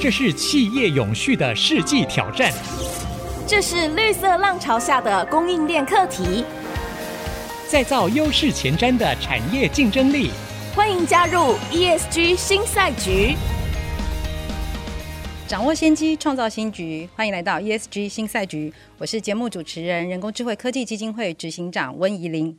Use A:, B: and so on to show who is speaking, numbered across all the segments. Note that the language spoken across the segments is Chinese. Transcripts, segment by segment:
A: 这是企业永续的世纪挑战，
B: 这是绿色浪潮下的供应链课题。
A: 再造优势前瞻的产业竞争力。
B: 欢迎加入 ESG 新赛局。
C: 掌握先机，创造新局。欢迎来到 ESG 新赛局，我是节目主持人、人工智慧科技基金会执行长温怡玲。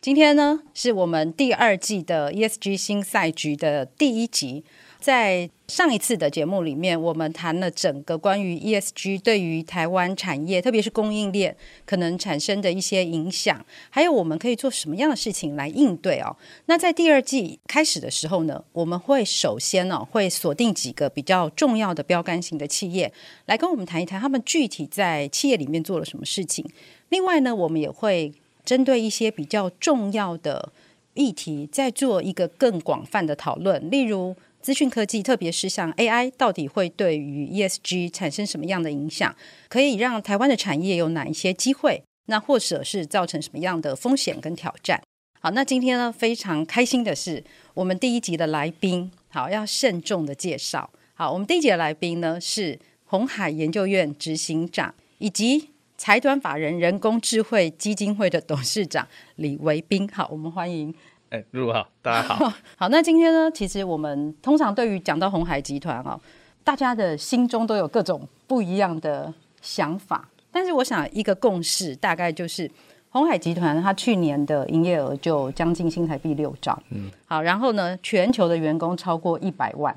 C: 今天呢，是我们第二季的 ESG 新赛局的第一集。在上一次的节目里面，我们谈了整个关于 ESG 对于台湾产业，特别是供应链可能产生的一些影响，还有我们可以做什么样的事情来应对哦。那在第二季开始的时候呢，我们会首先呢、会锁定几个比较重要的标杆型的企业，来跟我们谈一谈他们具体在企业里面做了什么事情。另外呢，我们也会针对一些比较重要的议题，再做一个更广泛的讨论，例如资讯科技，特别是像 AI，到底会对于 ESG 产生什么样的影响？可以让台湾的产业有哪一些机会？那或者是造成什么样的风险跟挑战？好，那今天呢，非常开心的是，我们第一集的来宾，好，要慎重的介绍。好，我们第一集的来宾呢是红海研究院执行长以及财团法人人工智慧基金会的董事长李维斌。好，我们欢迎。
D: 哎，陆好，大家好。
C: 好，那今天呢，其实我们通常对于讲到红海集团哦，大家的心中都有各种不一样的想法，但是我想一个共识大概就是。红海集团它去年的营业额就将近新台币六兆，嗯，好，然后呢，全球的员工超过一百万。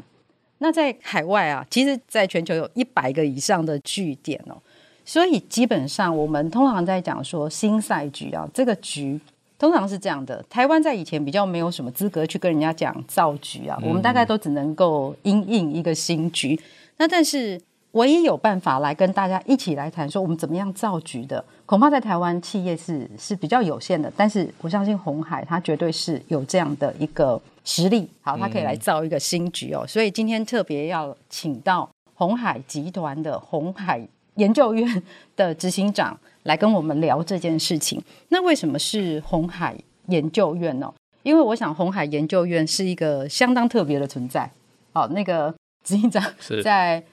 C: 那在海外啊，其实在全球有一百个以上的据点哦，所以基本上我们通常在讲说新赛局啊，这个局通常是这样的，台湾在以前比较没有什么资格去跟人家讲造局啊，我们大概都只能够因应一个新局。那但是唯一有办法来跟大家一起来谈说我们怎么样造局的，恐怕在台湾企业是是比较有限的。但是我相信红海它绝对是有这样的一个实力，好，它可以来造一个新局哦。所以今天特别要请到红海集团的红海研究院的执行长来跟我们聊这件事情。那为什么是红海研究院呢、因为我想红海研究院是一个相当特别的存在。好，那个执行长
D: 是
C: 在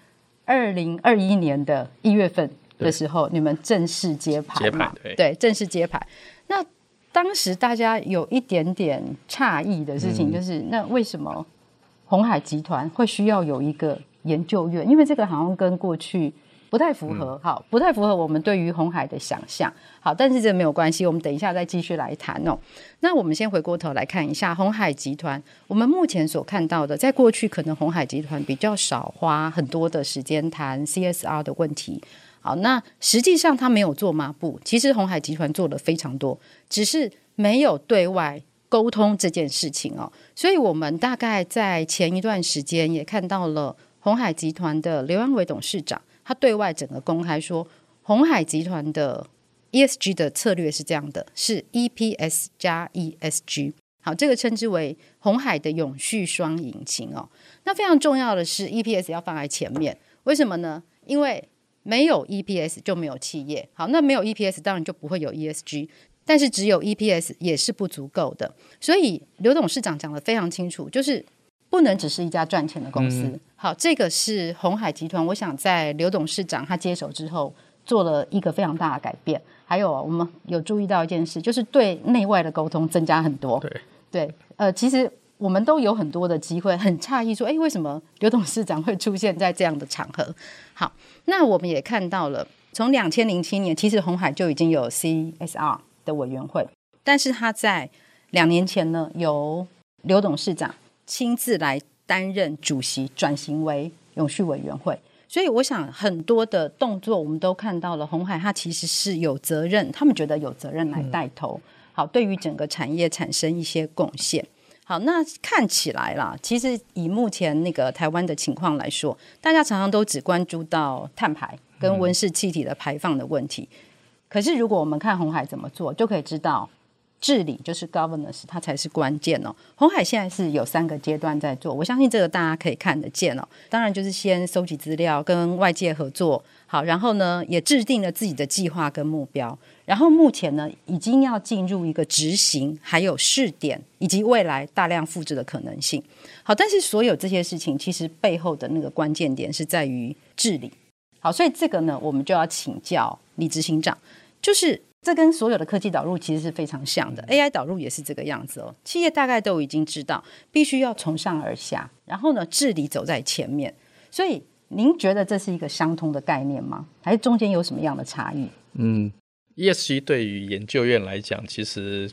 C: 二零二一年的一月份的时候，你们正式揭牌
D: 揭
C: 嘛
D: 牌对
C: 正式揭牌。那当时大家有一点点诧异的事
D: 嗯
C: 情，就是、那为什么红海集团会需要有一个研究院？因为这个好像跟过去不太符合，好，不太符合我们对于红海的想象。好，但是这没有关系，我们等一下再继续来谈哦。那我们先回过头来看一下红海集团，我们目前所看到的，在过去可能红海集团比较少花很多的时间谈 CSR 的问题。好，那实际上他没有做抹布，其实红海集团做了非常多，只是没有对外沟通这件事情哦。所以我们大概在前一段时间也看到了红海集团的刘安伟董事长，他对外整个公开说，红海集团的 ESG 的策略是这样的，是 EPS 加 ESG。好，这个称之为红海的永续双引擎哦。那非常重要的是，EPS 要放在前面，为什么呢？因为没有 EPS 就没有企业。好，那没有 EPS 当然就不会有 ESG，但是只有 EPS 也是不足够的。所以刘董事长讲的非常清楚，就是不能只是一家赚钱的公司。好，这个是红海集团，我想在刘董事长他接手之后做了一个非常大的改变。还有啊，我们有注意到一件事，就是对内外的沟通增加很多。
D: 对
C: 对，呃，其实我们都有很多的机会，很诧异说，哎，为什么刘董事长会出现在这样的场合？好，那我们也看到了，从两千零七年，其实红海就已经有 CSR 的委员会，但是他在两年前呢，由刘董事长亲自来担任主席，转型为永续委员会。所以我想，很多的动作我们都看到了，红海它其实是有责任，他们觉得有责任来带头，好，对于整个产业产生一些贡献。好，那看起来啦，其实以目前那个台湾的情况来说，大家常常都只关注到碳排跟温室气体的排放的问题。可是如果我们看红海怎么做，就可以知道治理就是 governance，它才是关键哦。红海现在是有三个阶段在做，我相信这个大家可以看得见哦。当然就是先收集资料，跟外界合作，好，然后呢也制定了自己的计划跟目标，然后目前呢已经要进入一个执行，还有试点，以及未来大量复制的可能性。好，但是所有这些事情其实背后的那个关键点是在于治理。好，所以这个呢，我们就要请教李执行长，就是这跟所有的科技导入其实是非常像
D: 嗯
C: 的，AI 导入也是这个样子哦。企业大概都已经知道，必须要从上而下，然后呢，治理走在前面。所以您觉得这是一个相通的概念吗？还是中间有什么样的差异？
D: 嗯，ESG 对于研究院来讲，其实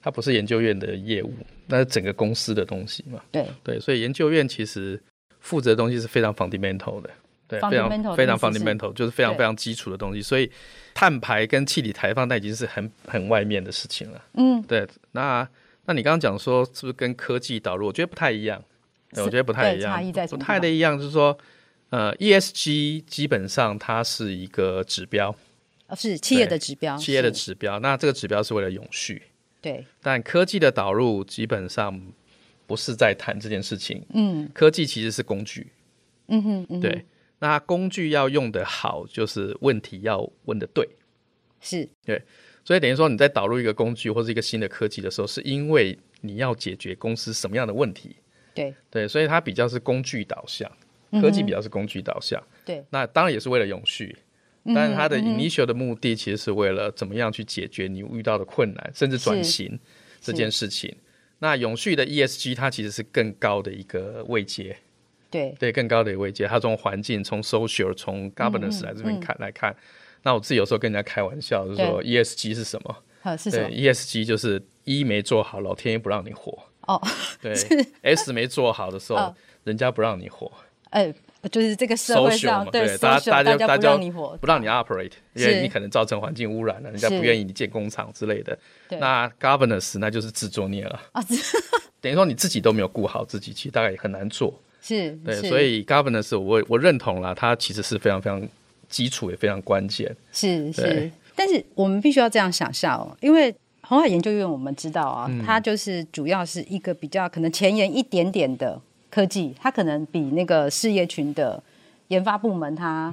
D: 它不是研究院的业务，那是整个公司的东西嘛。
C: 对，
D: 对，所以研究院其实负责的东西是非常 fundamental 的，对，非
C: Fundamental
D: 常非常
C: 的意思是
D: fundamental，就是非常
C: 对
D: 非常基础的东西。所以碳排跟气体排放，那已经是很很外面的事情了。
C: 嗯，
D: 对，那那你刚刚讲说是不是跟科技导入？我觉得不太一样，对，
C: 是
D: 我觉得不太
C: 对
D: 一样，
C: 差异在什
D: 不
C: 么地
D: 太
C: 方
D: 的一样，就是说，呃，ESG 基本上它是一个指标，
C: 呃是企业的指标，
D: 企业的
C: 是
D: 指标，那这个指标是为了永续，
C: 对，
D: 但科技的导入基本上不是在谈这件事情，
C: 嗯
D: 科技其实是工具，
C: 嗯哼，嗯哼
D: 对，，那工具要用得好，就是问题要问得对。
C: 是
D: 所以等于说，你在导入一个工具或是一个新的科技的时候，是因为你要解决公司什么样的问题，
C: 对
D: 对，所以它比较是工具导向，
C: 嗯
D: 科技比较是工具导向。
C: 对，
D: 那当然也是为了永续，但是它的 initial 的目的其实是为了怎么样去解决你遇到的困难，甚至转型这件事情。那永续的 ESG 它其实是更高的一个位阶，
C: 对
D: 对更高的一个位阶，它从环境、从 social、从 governance 来这边看、来看。嗯嗯那我自己有时候跟人家开玩笑，就是说 ESG 是什么？
C: 好是什
D: 对
C: 么？
D: ，ESG 就是一没做好，老天爷不让你活。
C: 哦，
D: 对，S 没做好的时 候，
C: 嗯
D: 人家不让你活，
C: 呃，就是这个社会
D: social
C: 上
D: 嘛，
C: 对
D: 大
C: social，
D: 家大家
C: 家
D: 大
C: 不
D: 家
C: 让你 活，
D: 不让你 operate，因
C: 是
D: 为你可能造成环境污染了，人家不
C: 是
D: 愿意你建工厂之类的。
C: 对
D: 那 governance 那就是自作孽了，
C: 啊，是
D: 等于说你自己都没有顾好自己，其实大概也很难做。
C: 是，
D: 对，
C: 是
D: 所以 governance 我我认同啦，它其实是非常非常基础也非常关键。
C: 是是
D: 对，
C: 但是我们必须要这样想象哦，因为红海研究院我们知道啊，
D: 嗯
C: 它就是主要是一个比较可能前沿一点点的科技，它可能比那个事业群的研发部门它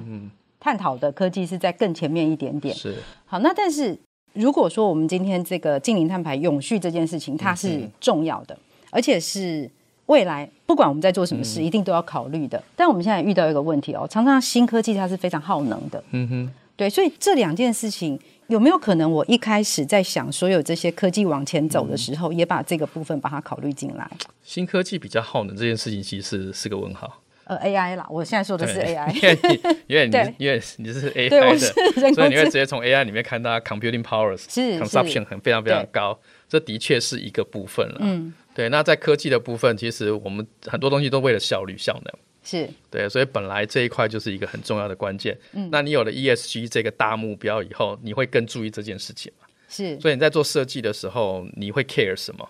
C: 探讨的科技是在更前面一点点。
D: 嗯是，
C: 好，那但是如果说我们今天这个近零碳排永续这件事情，它
D: 嗯
C: 是重要的，而且是未来不管我们在做什么
D: 嗯
C: 事，一定都要考虑的。但我们现在遇到一个问题哦，常常新科技它是非常耗能的，
D: 嗯哼，
C: 对，所以这两件事情有没有可能，我一开始在想所有这些科技往前走
D: 嗯
C: 的时候，也把这个部分把它考虑进来？
D: 新科技比较耗能这件事情其实是是个问号。
C: 呃，AI 啦，我现在说的是
D: 对
C: AI，对
D: 因为你因为你因为你是 AI
C: 对我
D: 的，
C: 是人工智
D: 所以你会直接从 AI 里面看到它 computing powers
C: 是
D: consumption 很非常非常
C: 对
D: 高，这的确是一个部分了。嗯，对。那在科技的部分，其实我们很多东西都为了效率效能。
C: 是
D: 对，所以本来这一块就是一个很重要的关键。嗯，那你有了 ESG 这个大目标以后，你会更注意这件事情嘛
C: 是
D: 所以你在做设计的时候，你会 care 什么？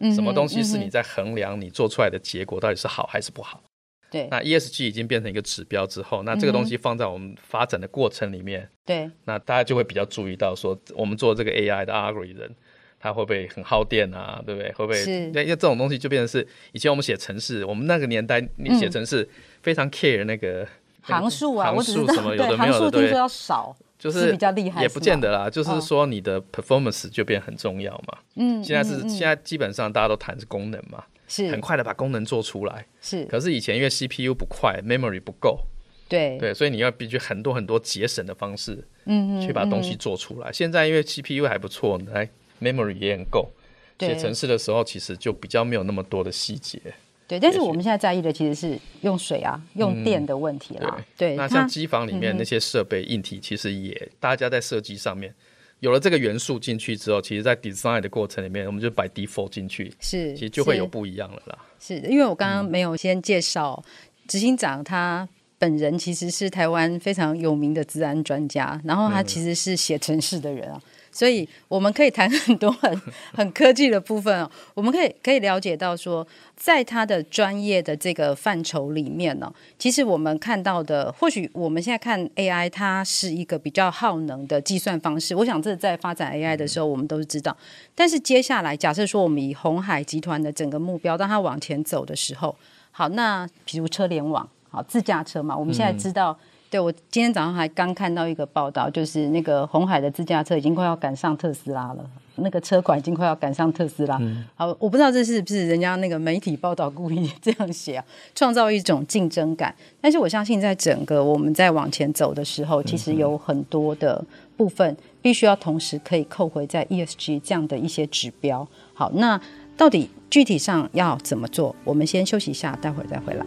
C: 嗯
D: 什么东西是你在衡量你做出来的结果到底是好还是不好？
C: 对
D: 那 ESG 已经变成一个指标之后，
C: 嗯
D: 那这个东西放在我们发展的过程里面，
C: 对
D: 那大家就会比较注意到说，我们做这个 AI 的 algorithm，它会不会很耗电啊？对不对？会不会？
C: 是
D: 因为这种东西就变成是以前我们写程式，我们那个年代你写程式非常 care 那个。那个
C: 嗯行数啊，
D: 行
C: 我只
D: 数
C: 知道
D: 什么有
C: 对
D: 的没
C: 行
D: 有
C: 数
D: 的，
C: 听说
D: 对，
C: 要少，
D: 就是
C: 比较厉害，
D: 也不见得
C: 了。
D: 啦。就是说你的 performance 就变很重要嘛。
C: 嗯，
D: 现在是
C: 嗯嗯
D: 现在基本上大家都谈是功能嘛，很
C: 是
D: 快的把功能做出来。
C: 是，
D: 可是以前因为 CPU 不快，memory 不够，
C: 对
D: 对，所以你要必须很多很多节省的方式
C: 嗯
D: 去把东西做出来。现在因为 CPU 还不错，来 memory 也很够，
C: 对
D: 写程式的时候其实就比较没有那么多的细节。
C: 对，但是
D: 也许嗯
C: 我们现在在意的其实是用水啊、用电的问题啦。啊对，
D: 那
C: 它嗯
D: 像机房里面那些设备硬体，其实也大家在设计上面有了这个元素进去之后，其实在 design 的过程里面，我们就摆 default 进去，
C: 是
D: 其实就会
C: 是
D: 有不一样了啦。
C: 是因为我刚刚没有先介绍，执行长他本人其实是台湾非常有名的治安专家，然后他其实是写城市的人啊，所以我们可以谈很多很很科技的部分哦。我们可以可以了解到说，在他的专业的这个范畴里面呢、哦，其实我们看到的，或许我们现在看 AI，它是一个比较耗能的计算方式。我想这在发展 AI 的时候，我们都是知道。但是接下来，假设说我们以红海集团的整个目标，当它往前走的时候，好，那比如车联网，好，自驾车嘛，我们现在知道，对我今天早上还刚看到一个报道，就是那个红海的自驾车已经快要赶上特斯拉了。那个车款已经快要赶上特斯拉，好，我不知道这是不是人家那个媒体报道故意这样写啊， 创造一种竞争感。但是我相信，在整个我们在往前走的时候，其实有很多的部分必须要同时可以扣回在 ESG 这样的一些指标。好，那到底具体上要怎么做？我们先休息一下，待会儿再回来。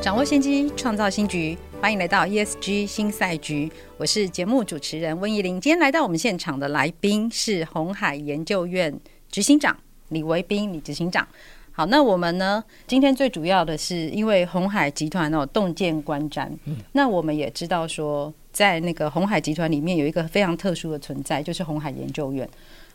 C: 掌握先机，创造新局。欢迎来到 ESG 新赛局，我是节目主持人温怡玲。今天来到我们现场的来宾是红海研究院执行长李维斌，李执行长。好，那我们呢？今天最主要的是，因为红海集团哦，洞见观瞻。那我们也知道说，在那个红海集团里面有一个非常特殊的存在，就是红海研究院。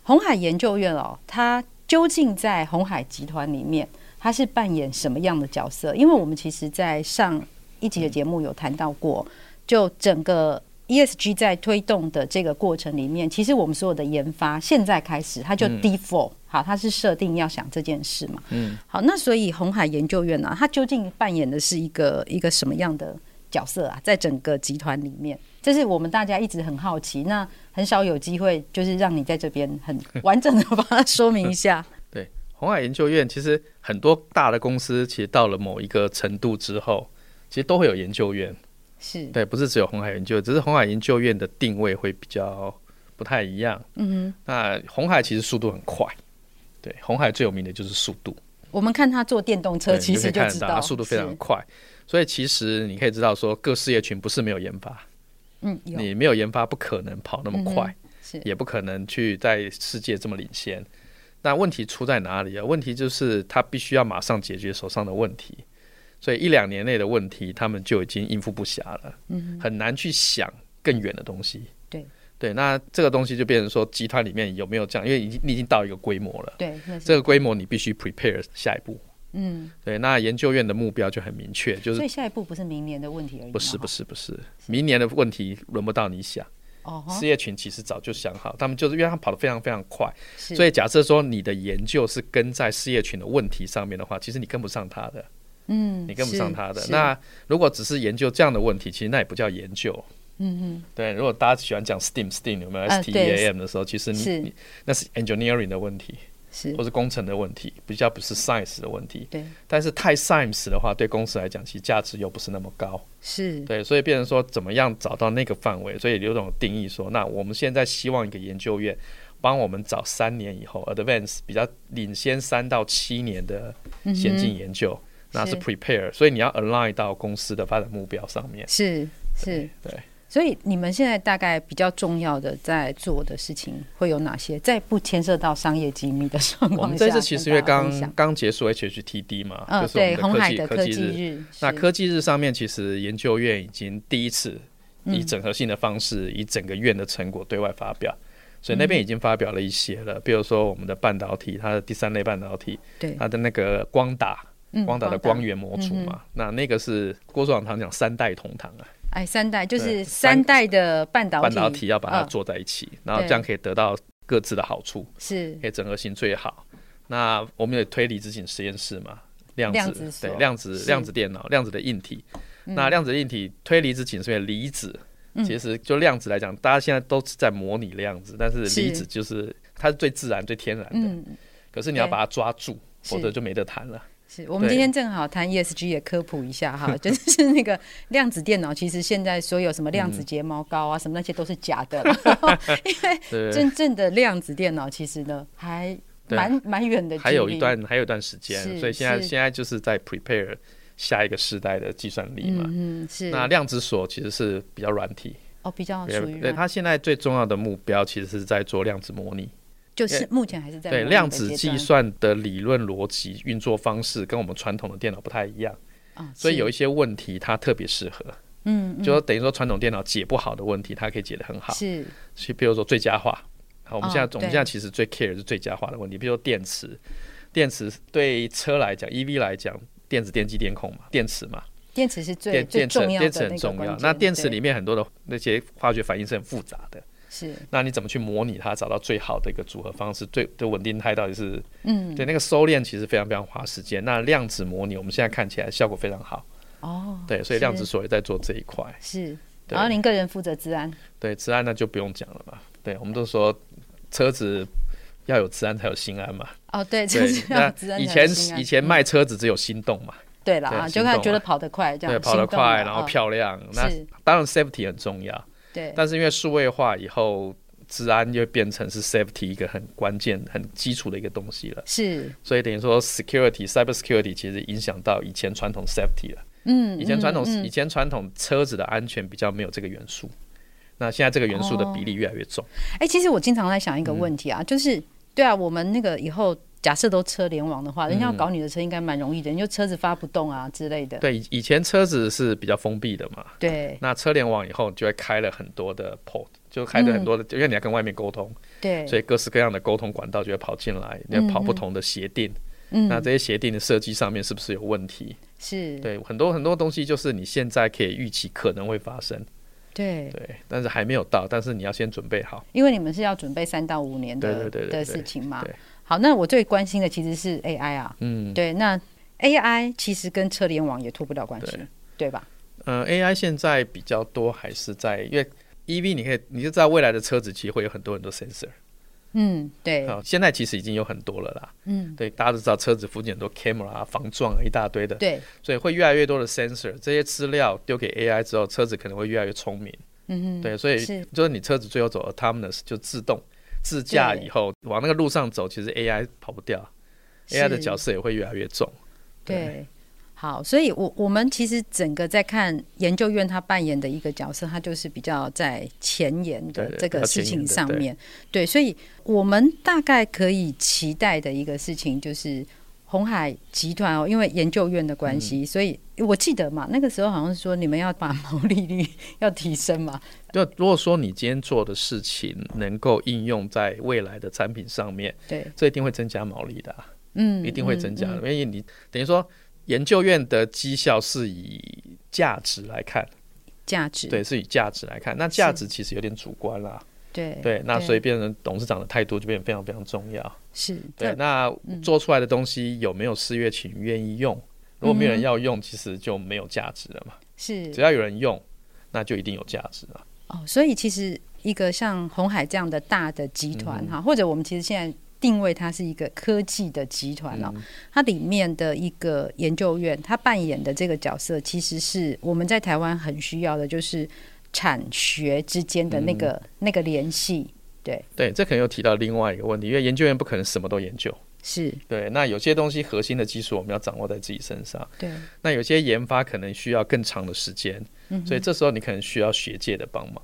C: 红海研究院哦，它究竟在红海集团里面？他是扮演什么样的角色？因为我们其实，在上一集的节目有谈到过，就整个 ESG 在推动的这个过程里面，其实我们所有的研发现在开始，它就 default、好，它是设定要想这件事嘛。嗯，好，那所以红海研究院呢、啊，它究竟扮演的是一个一个什么样的角色啊？在整个集团里面，这是我们大家一直很好奇，那很少有机会就是让你在这边很完整的把它说明一 下。
D: 红海研究院其实很多大的公司，其实到了某一个程度之后，其实都会有研究院。
C: 是
D: 对，不是只有红海研究，只是红海研究院的定位会比较不太一样。嗯哼，那红海其实速度很快，对，红海最有名的就是速度。
C: 我们看他坐电动车，
D: 对，
C: 其
D: 你可
C: 实
D: 以
C: 就
D: 看
C: 知
D: 得到
C: 道
D: 它速度非常
C: 是
D: 快，所以其实你可以知道说，各事业群不是没有研发，
C: 嗯，有嗯
D: 你没有研发不可能跑那么快，
C: 是
D: 也不可能去在世界这么领先。那问题出在哪里啊？问题就是他必须要马上解决手上的问题，所以一两年内的问题，他们就已经应付不暇了，嗯、很难去想更远的东西。
C: 对
D: 对，那这个东西就变成说，集团里面有没有这样？因为已经你已经到一个规模了，
C: 对，那是
D: 这个规模你必须 prepare 下一步。嗯，对，那研究院的目标就很明确，就
C: 所
D: 是
C: 以下一步不是明年的问题而已嘛，
D: 不是不
C: 是
D: 是不是，明年的问题轮不到你想。
C: 哦吼，
D: 事业群其实早就想好，他们就是因为他们跑得非常非常快，
C: 是嗯
D: 所以假设说你的研究是跟在事业群的问题上面的话，其实你跟不上他的，
C: 嗯，
D: 你跟不上他的。
C: 是
D: 那如果只是研究这样的问题，其实那也不叫研究。嗯嗯，对。如果大家喜欢讲 STEAM STEAM 有没有
C: 啊
D: S T E
C: 对
D: A M 的时候，其实你
C: 是
D: 你那是 engineering 的问题，
C: 是
D: 或是工程的问题，比较不是 science 的问题。
C: 对
D: 但是太 science 的话，对公司来讲，其实价值又不是那么高。
C: 是
D: 对，所以变成说怎么样找到那个范围，所以刘总定义说，那我们现在希望一个研究院帮我们找三年以后 advance 比较领先三到七年的先进研究，那
C: 嗯
D: 是
C: 是
D: prepare，所以你要 align 到公司的发展目标上面。
C: 是是，
D: 对，
C: 所以你们现在大概比较重要的在做的事情会有哪些？在不牵涉到商业机密的状况下，
D: 我们这次其实因为
C: 跟大家
D: 刚
C: 分享
D: 刚结束 HHTD 嘛，
C: 嗯
D: 就是我们
C: 对红海
D: 的
C: 的
D: 科
C: 科
D: 技
C: 技
D: 日。
C: 日，
D: 那
C: 是
D: 科技日上面，其实研究院已经第一次
C: 嗯
D: 以整合性的方式，以整个院的成果对外发表，所以那
C: 嗯
D: 边已经发表了一些了，比如说我们的半导体，它的第三类半导体，
C: 嗯对
D: 它的那个光打。
C: 嗯
D: 光打的
C: 光嗯
D: 光源模组嘛，那那个是郭所长常讲三代同堂啊，
C: 哎三代就是
D: 对
C: 三
D: 三
C: 代的半导体，
D: 半导体要把它
C: 嗯
D: 做在一起，然后
C: 对
D: 这样可以得到各自的好处，
C: 是
D: 可以整合性最好。那我们有推理之井实验室嘛，量子
C: 量子所
D: 对量子
C: 是嗯
D: 量子电脑量子的硬体。那量子硬体推理之井是因为离子，其实就量子来讲，大家现在都是在模拟量子，但是
C: 是嗯
D: 离子就是它是最自然、最天然的。可是你要
C: 对
D: 把它抓住，
C: 是
D: 否则就没得谈了。
C: 是我们今天正好谈 ESG 也科普一下 哈，就是那个量子电脑，其实现在所有什么量子睫毛膏啊，什么那些都是假的啦， 因为
D: 对
C: 真正的量子电脑其实呢还
D: 对
C: 蛮蛮远的距离，
D: 还有一段还有一段时间
C: 是，
D: 所以现在
C: 是
D: 现在就是在 prepare 下一个时代的计算力嘛。
C: 嗯嗯是
D: 那量子锁其实是比较软体，
C: 哦比较
D: 对
C: 属于
D: 对，
C: 软
D: 它现在最重要的目标其实是在做量子模拟。
C: 就是目前还是在
D: 对
C: 模拟的
D: 量子
C: 阶
D: 计
C: 段
D: 算的理论逻辑运作方式跟我们传统的电脑不太一样，
C: 啊，
D: 所以
C: 是
D: 有一些问题它特别适合，
C: 嗯嗯
D: 就说等于说传统电脑解不好的问题，它可以解得很好。
C: 是
D: 是比如说最佳化，好，我们
C: 哦
D: 现在、我
C: 对
D: 们现在其实最 care 的是最佳化的问题，比如说电池，电池对车来讲，EV 来讲，电子电机电控嘛，电池嘛，
C: 电池是最
D: 电
C: 最
D: 电池
C: 重要的
D: 电池
C: 那
D: 很
C: 个
D: 重要
C: 关。键
D: 那电池
C: 对
D: 里面很多的那些化学反应是很复杂的，
C: 是
D: 那你怎么去模拟它，找到最好的一个组合方式，最对稳定态到底是
C: 嗯
D: 对那个收敛其实非常非常花时间。那量子模拟我们现在看起来效果非常好，
C: 哦
D: 对，所
C: 是
D: 以量子所也在做这一块。
C: 是，
D: 对
C: 然后您个人负责治安，
D: 对，治安那就不用讲了嘛。对，我们都说车子要有治安才有心安 嘛。
C: 哦对，就
D: 对
C: 是，要
D: 那
C: 治安
D: 以
C: 才有
D: 前
C: 心安嗯
D: 以前卖车子只有心动嘛，
C: 对了
D: 对
C: 啊，
D: 心
C: 就看
D: 动
C: 觉得
D: 嘛
C: 跑得快这样，
D: 对，跑得
C: 心动
D: 快，
C: 了
D: 然后
C: 哦
D: 漂亮。那
C: 是
D: 当然 safety 很重要，
C: 对，
D: 但是因为数位化以后，治安就变成是 safety 一个很关键、很基础的一个东西了。
C: 是
D: 所以等于说 security、cyber security 其实影响到以前传统 safety 了。
C: 嗯
D: 以前传统、
C: 嗯嗯
D: 以前传统车子的安全比较没有这个元素，那现在这个元素
C: 哦
D: 的比例越来越重。
C: 哎、其实我经常在想一个问
D: 嗯
C: 题啊，就是对啊，我们那个以后假设都车联网的话，人家要搞你的车应该蛮容易的，你就车子发不动啊之类的。
D: 嗯对，以以前车子是比较封闭的嘛，
C: 对
D: 那车联网以后就会开了很多的 port，就开了很多的，因为你要跟外面沟通，
C: 嗯对，
D: 所以各式各样的沟通管道就会跑进来，你要跑不同的协定。
C: 嗯
D: 那这些协定的设计上面是不是有问题？
C: 是
D: 对，很多很多东西就是你现在可以预期可能会发生，
C: 对
D: 对，但是还没有到，但是你要先准备好。
C: 因为你们是要准备三到五年的
D: 对对对对
C: 的
D: 对
C: 事情嘛
D: 对。
C: 好，那我最关心的其实是 AI 啊，
D: 嗯，
C: 对，那 AI 其实跟车联网也脱不了关系，
D: 对
C: 对吧？
D: 呃，AI 现在比较多还是在因为 EV，你可以你就知道未来的车子其实会有很多很多 sensor，
C: 嗯，对，
D: 好，现在其实已经有很多了啦。
C: 嗯，
D: 对，大家都知道车子附近很多 camera 啊、防撞啊一大堆的，
C: 对，
D: 所以会越来越多的 sensor，这些资料丢给 AI 之后，车子可能会越来越聪明。
C: 嗯哼，
D: 对，所以
C: 是
D: 就是你车子最后走 autonomous 就自动自驾
C: 对
D: 以后，往那个路上走，其实 AI 跑不掉，AI 的
C: 是
D: 角色也会越来越重。
C: 对，好，所以我我们其实整个在看研究院他扮演的一个角色，他就是比较在前沿的
D: 对
C: 这
D: 比
C: 个
D: 较
C: 事
D: 前
C: 情
D: 沿的
C: 上
D: 对
C: 面。对，所以我们大概可以期待的一个事情就是。红海集团哦，因为研究院的关
D: 嗯
C: 系，所以我记得嘛，那个时候好像是说你们要把毛利率要提升 嘛，
D: 就如果说你今天做的事情能够应用在未来的产品上面，
C: 对，
D: 这一定会增加毛利的啊、
C: 嗯，
D: 一定会增加
C: 嗯
D: 的，
C: 嗯
D: 因为你等于说研究院的绩效是以价值来看，
C: 价值，
D: 对，是以价值来看。那价值其实有点主观啦，
C: 对
D: 对，那所以变成董事长的态度就变得非常非常重要。
C: 是嗯
D: 对，
C: 特
D: 那做出来的东西有没有四月请愿意用？如果
C: 嗯
D: 没有人要用，其实就没有价值了嘛。
C: 是
D: 只要有人用，那就一定有价值了。
C: 哦，所以其实一个像红海这样的大的集
D: 嗯
C: 团哈，或者我们其实现在定位它是一个科技的集团
D: 嗯
C: 哦，它里面的一个研究院，它扮演的这个角色，其实是我们在台湾很需要的，就是产学之间的那个、
D: 嗯
C: 那个联系，对，
D: 对，这可能又提到另外一个问题，因为研究员不可能什么都研究。
C: 是，
D: 对，那有些东西核心的技术我们要掌握在自己身上，
C: 对，
D: 那有些研发可能需要更长的时间，所以这时候你可能需要学界的帮忙。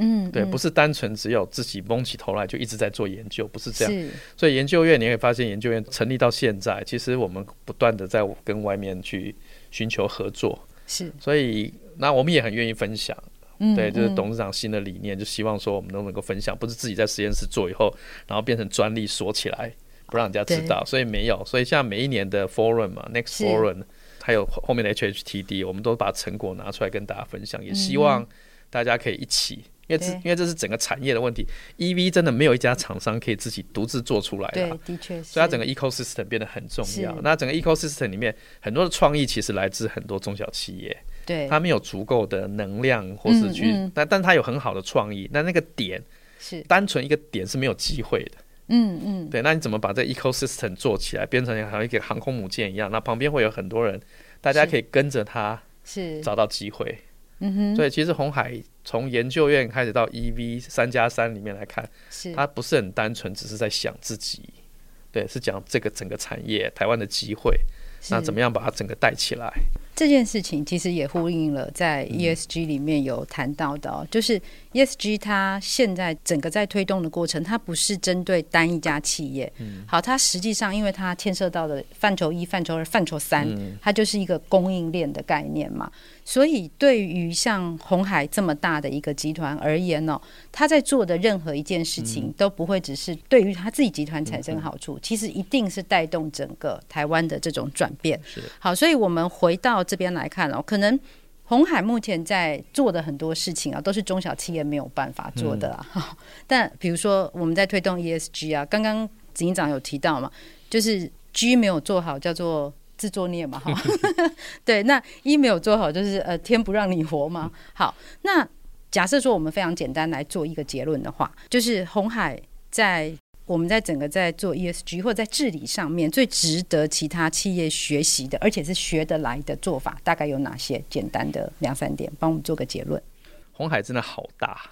C: 嗯，
D: 对，
C: 嗯
D: 不是单纯只有自己蒙起头来就一直在做研究，不是这样。
C: 是
D: 所以研究院你会发现，研究院成立到现在，其实我们不断的在跟外面去寻求合作，
C: 是，
D: 所以那我们也很愿意分享。
C: 嗯，
D: 对，就是
C: 嗯
D: 董事长新的理念，就希望说我们都能够分享，不是自己在实验室做以后，然后变成专利锁起来，不让人家知道。所以没有，所以像每一年的 forum 嘛，next
C: 是
D: forum，还有后后面的 HHTD，我们都把成果拿出来跟大家分享，也希望大家可以一起。因为这
C: 嗯对
D: 因为这是整个产业的问题，EV 真的没有一家厂商可以自己独自做出来的
C: 对
D: 啊，，
C: 的确是，
D: 所以它整个 ecosystem 变得很重要
C: 是。
D: 那整个 ecosystem 里面，很多的创意其实来自很多中小企业，
C: 对，
D: 他没有足够的能量，或是去，
C: 嗯嗯
D: 但但他有很好的创意，那那个点
C: 是，
D: 单纯一个点是没有机会的。
C: 嗯嗯，
D: 对，那你怎么把这 ecosystem 做起来，变成好像一个航空母舰一样？那旁边会有很多人，大家
C: 是
D: 可以跟着他
C: 是，
D: 找到机会。
C: 嗯哼，
D: 所以其实红海从研究院开始到 EV 三加三里面来看，
C: 是，
D: 它不是很单纯，只是在想自己，对，是讲这个整个产业台湾的机会，那
C: 是
D: 怎么样把它整个带起来？
C: E 这件事情其实也呼应了在 ESG 里面有谈到的、哦，就是 ESG 它现在整个在推动的过程，它不是针对单一家企业。好，它实际上因为它牵涉到的范畴一、范畴二、范畴三，它就是一个供应链的概念嘛。所以对于像红海这么大的一个集团而言呢、他在做的任何一件事情都不会只是对于他自己集团产生好处，其实一定是带动整个台湾的这种转变。好，所以我们回到这边来看哦，可能红海目前在做的很多事情啊，都是中小企业没有办法做的啊。 但比如说我们在推动 ESG 啊，刚刚执行长有提到嘛，就是 G 没有做好，叫做。自作孽嘛，哈，对，那一没有做好，就是呃，天不让你活嘛。好，那假设说我们非常简单来做一个结论的话，就是红海在我们在整个在做 ESG 或者在治理上面最值得其他企业学习的，而且是学得来的做法，大概有哪些？简单的两三点，帮我们做个结论。
D: 红海真的好大，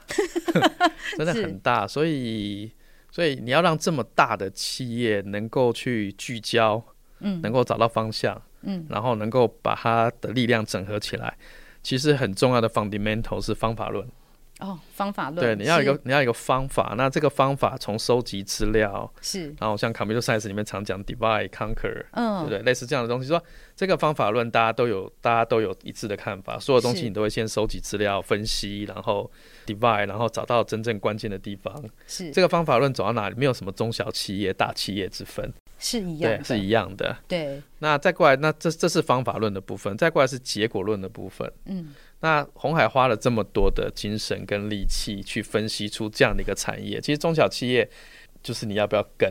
D: 真的很大，所以所以你要让这么大的企业能够去聚焦，嗯，能够找到方向，嗯，然后能够把它的力量整合起来，其实很重要的 fundamental 是方法论，
C: 哦，方法论，
D: 对，你要有一
C: 是
D: 个你要有一个方法，那这个方法从收集资料，
C: 是，
D: 然后像 computer science 里面常讲 divide conquer，对不
C: 嗯，
D: 对？类似这样的东西，说这个方法论大家都有，大家都有一致的看法，所有东西
C: 是
D: 你都会先收集资料、分析，然后 divide，然后找到真正关键的地方。
C: 是，
D: 这
C: 个
D: 个方法论走到哪里，没有什么中小企业、大企业之分，
C: 是一样
D: 对
C: 的，，
D: 是一样的。
C: 对，
D: 那再过来，那这这是方法论的部分，再过来是结果论的部分。
C: 嗯，
D: 那红海花了这么多的精神跟力气去分析出这样的一个产业，其实中小企业就是你要不要跟，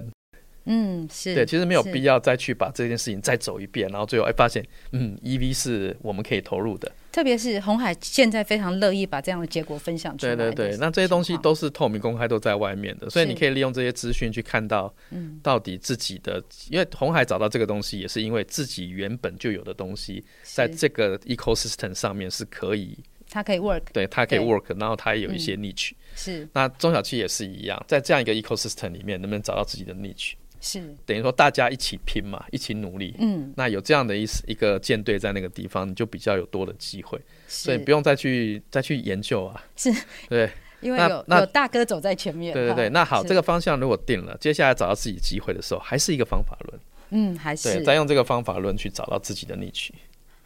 C: 嗯，是，
D: 对，其实没有
C: 是
D: 必要再去把这件事情再走一遍，然后最后哎发现，嗯，EV 是我们可以投入的。
C: 特别是红海现在非常乐意把这样的结果分享出
D: 对
C: 来的
D: 对
C: 情况。
D: 对，那这些东西都是透明公开，都在外面的，所以
C: 是
D: 你可以利用这些资讯去看到，
C: 嗯
D: 到底自己的，因为红海找到这个东西，也是因为自己原本就有的东西，在这个 ecosystem 上面是可以，
C: 它可以 work
D: 对它可以
C: 对嗯
D: work，然后它也有一些 niche。
C: 是
D: 那中小企业也是一样，在这样一个 ecosystem 里面，能不能找到自己的 niche？
C: 是
D: 等于说大家一起拼嘛，一起努力。
C: 嗯，
D: 那有这样的一一个舰队在那个地方，你就比较有多的机会，所以
C: 是
D: 不用再去再去研究啊。
C: 是
D: 对
C: 因为
D: 那
C: 有
D: 那
C: 有大哥走在前面。
D: 对对对，
C: 哈
D: 那好，
C: 是
D: 这个方向如果定了，接下来找到自己机会的时候，还是一个方法论，
C: 嗯还
D: 对，
C: 是
D: 再用这个方法论去找到自己的 niche。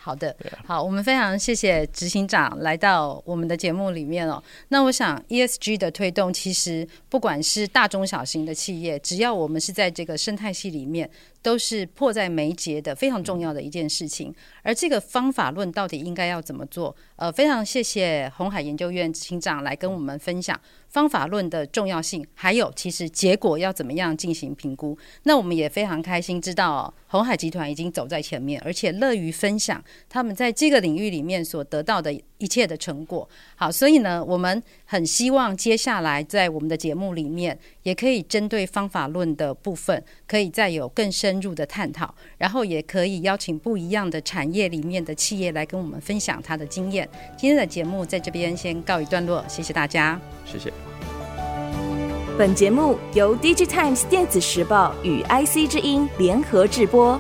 C: 好的，好，我们非常谢谢执行长来到我们的节目里面哦。那我想 ESG 的推动，其实不管是大中小型的企业，只要我们是在这个生态系里面，都是迫在眉睫的非常重要的一件事情。而这个方法论到底应该要怎么做？呃，非常谢谢红海研究院执行长来跟我们分享方法论的重要性，还有其实结果要怎么样进行评估。那我们也非常开心知道、哦，红海集团已经走在前面，而且乐于分享他们在这个领域里面所得到的一切的成果。好，所以呢，我们很希望接下来在我们的节目里面，也可以针对方法论的部分，可以再有更深入的探讨，然后也可以邀请不一样的产业里面的企业来跟我们分享他的经验。今天的节目在这边先告一段落，谢谢大家。
D: 谢谢。
B: 本节目由 DigiTimes 电子时报与 IC 之音联合制播。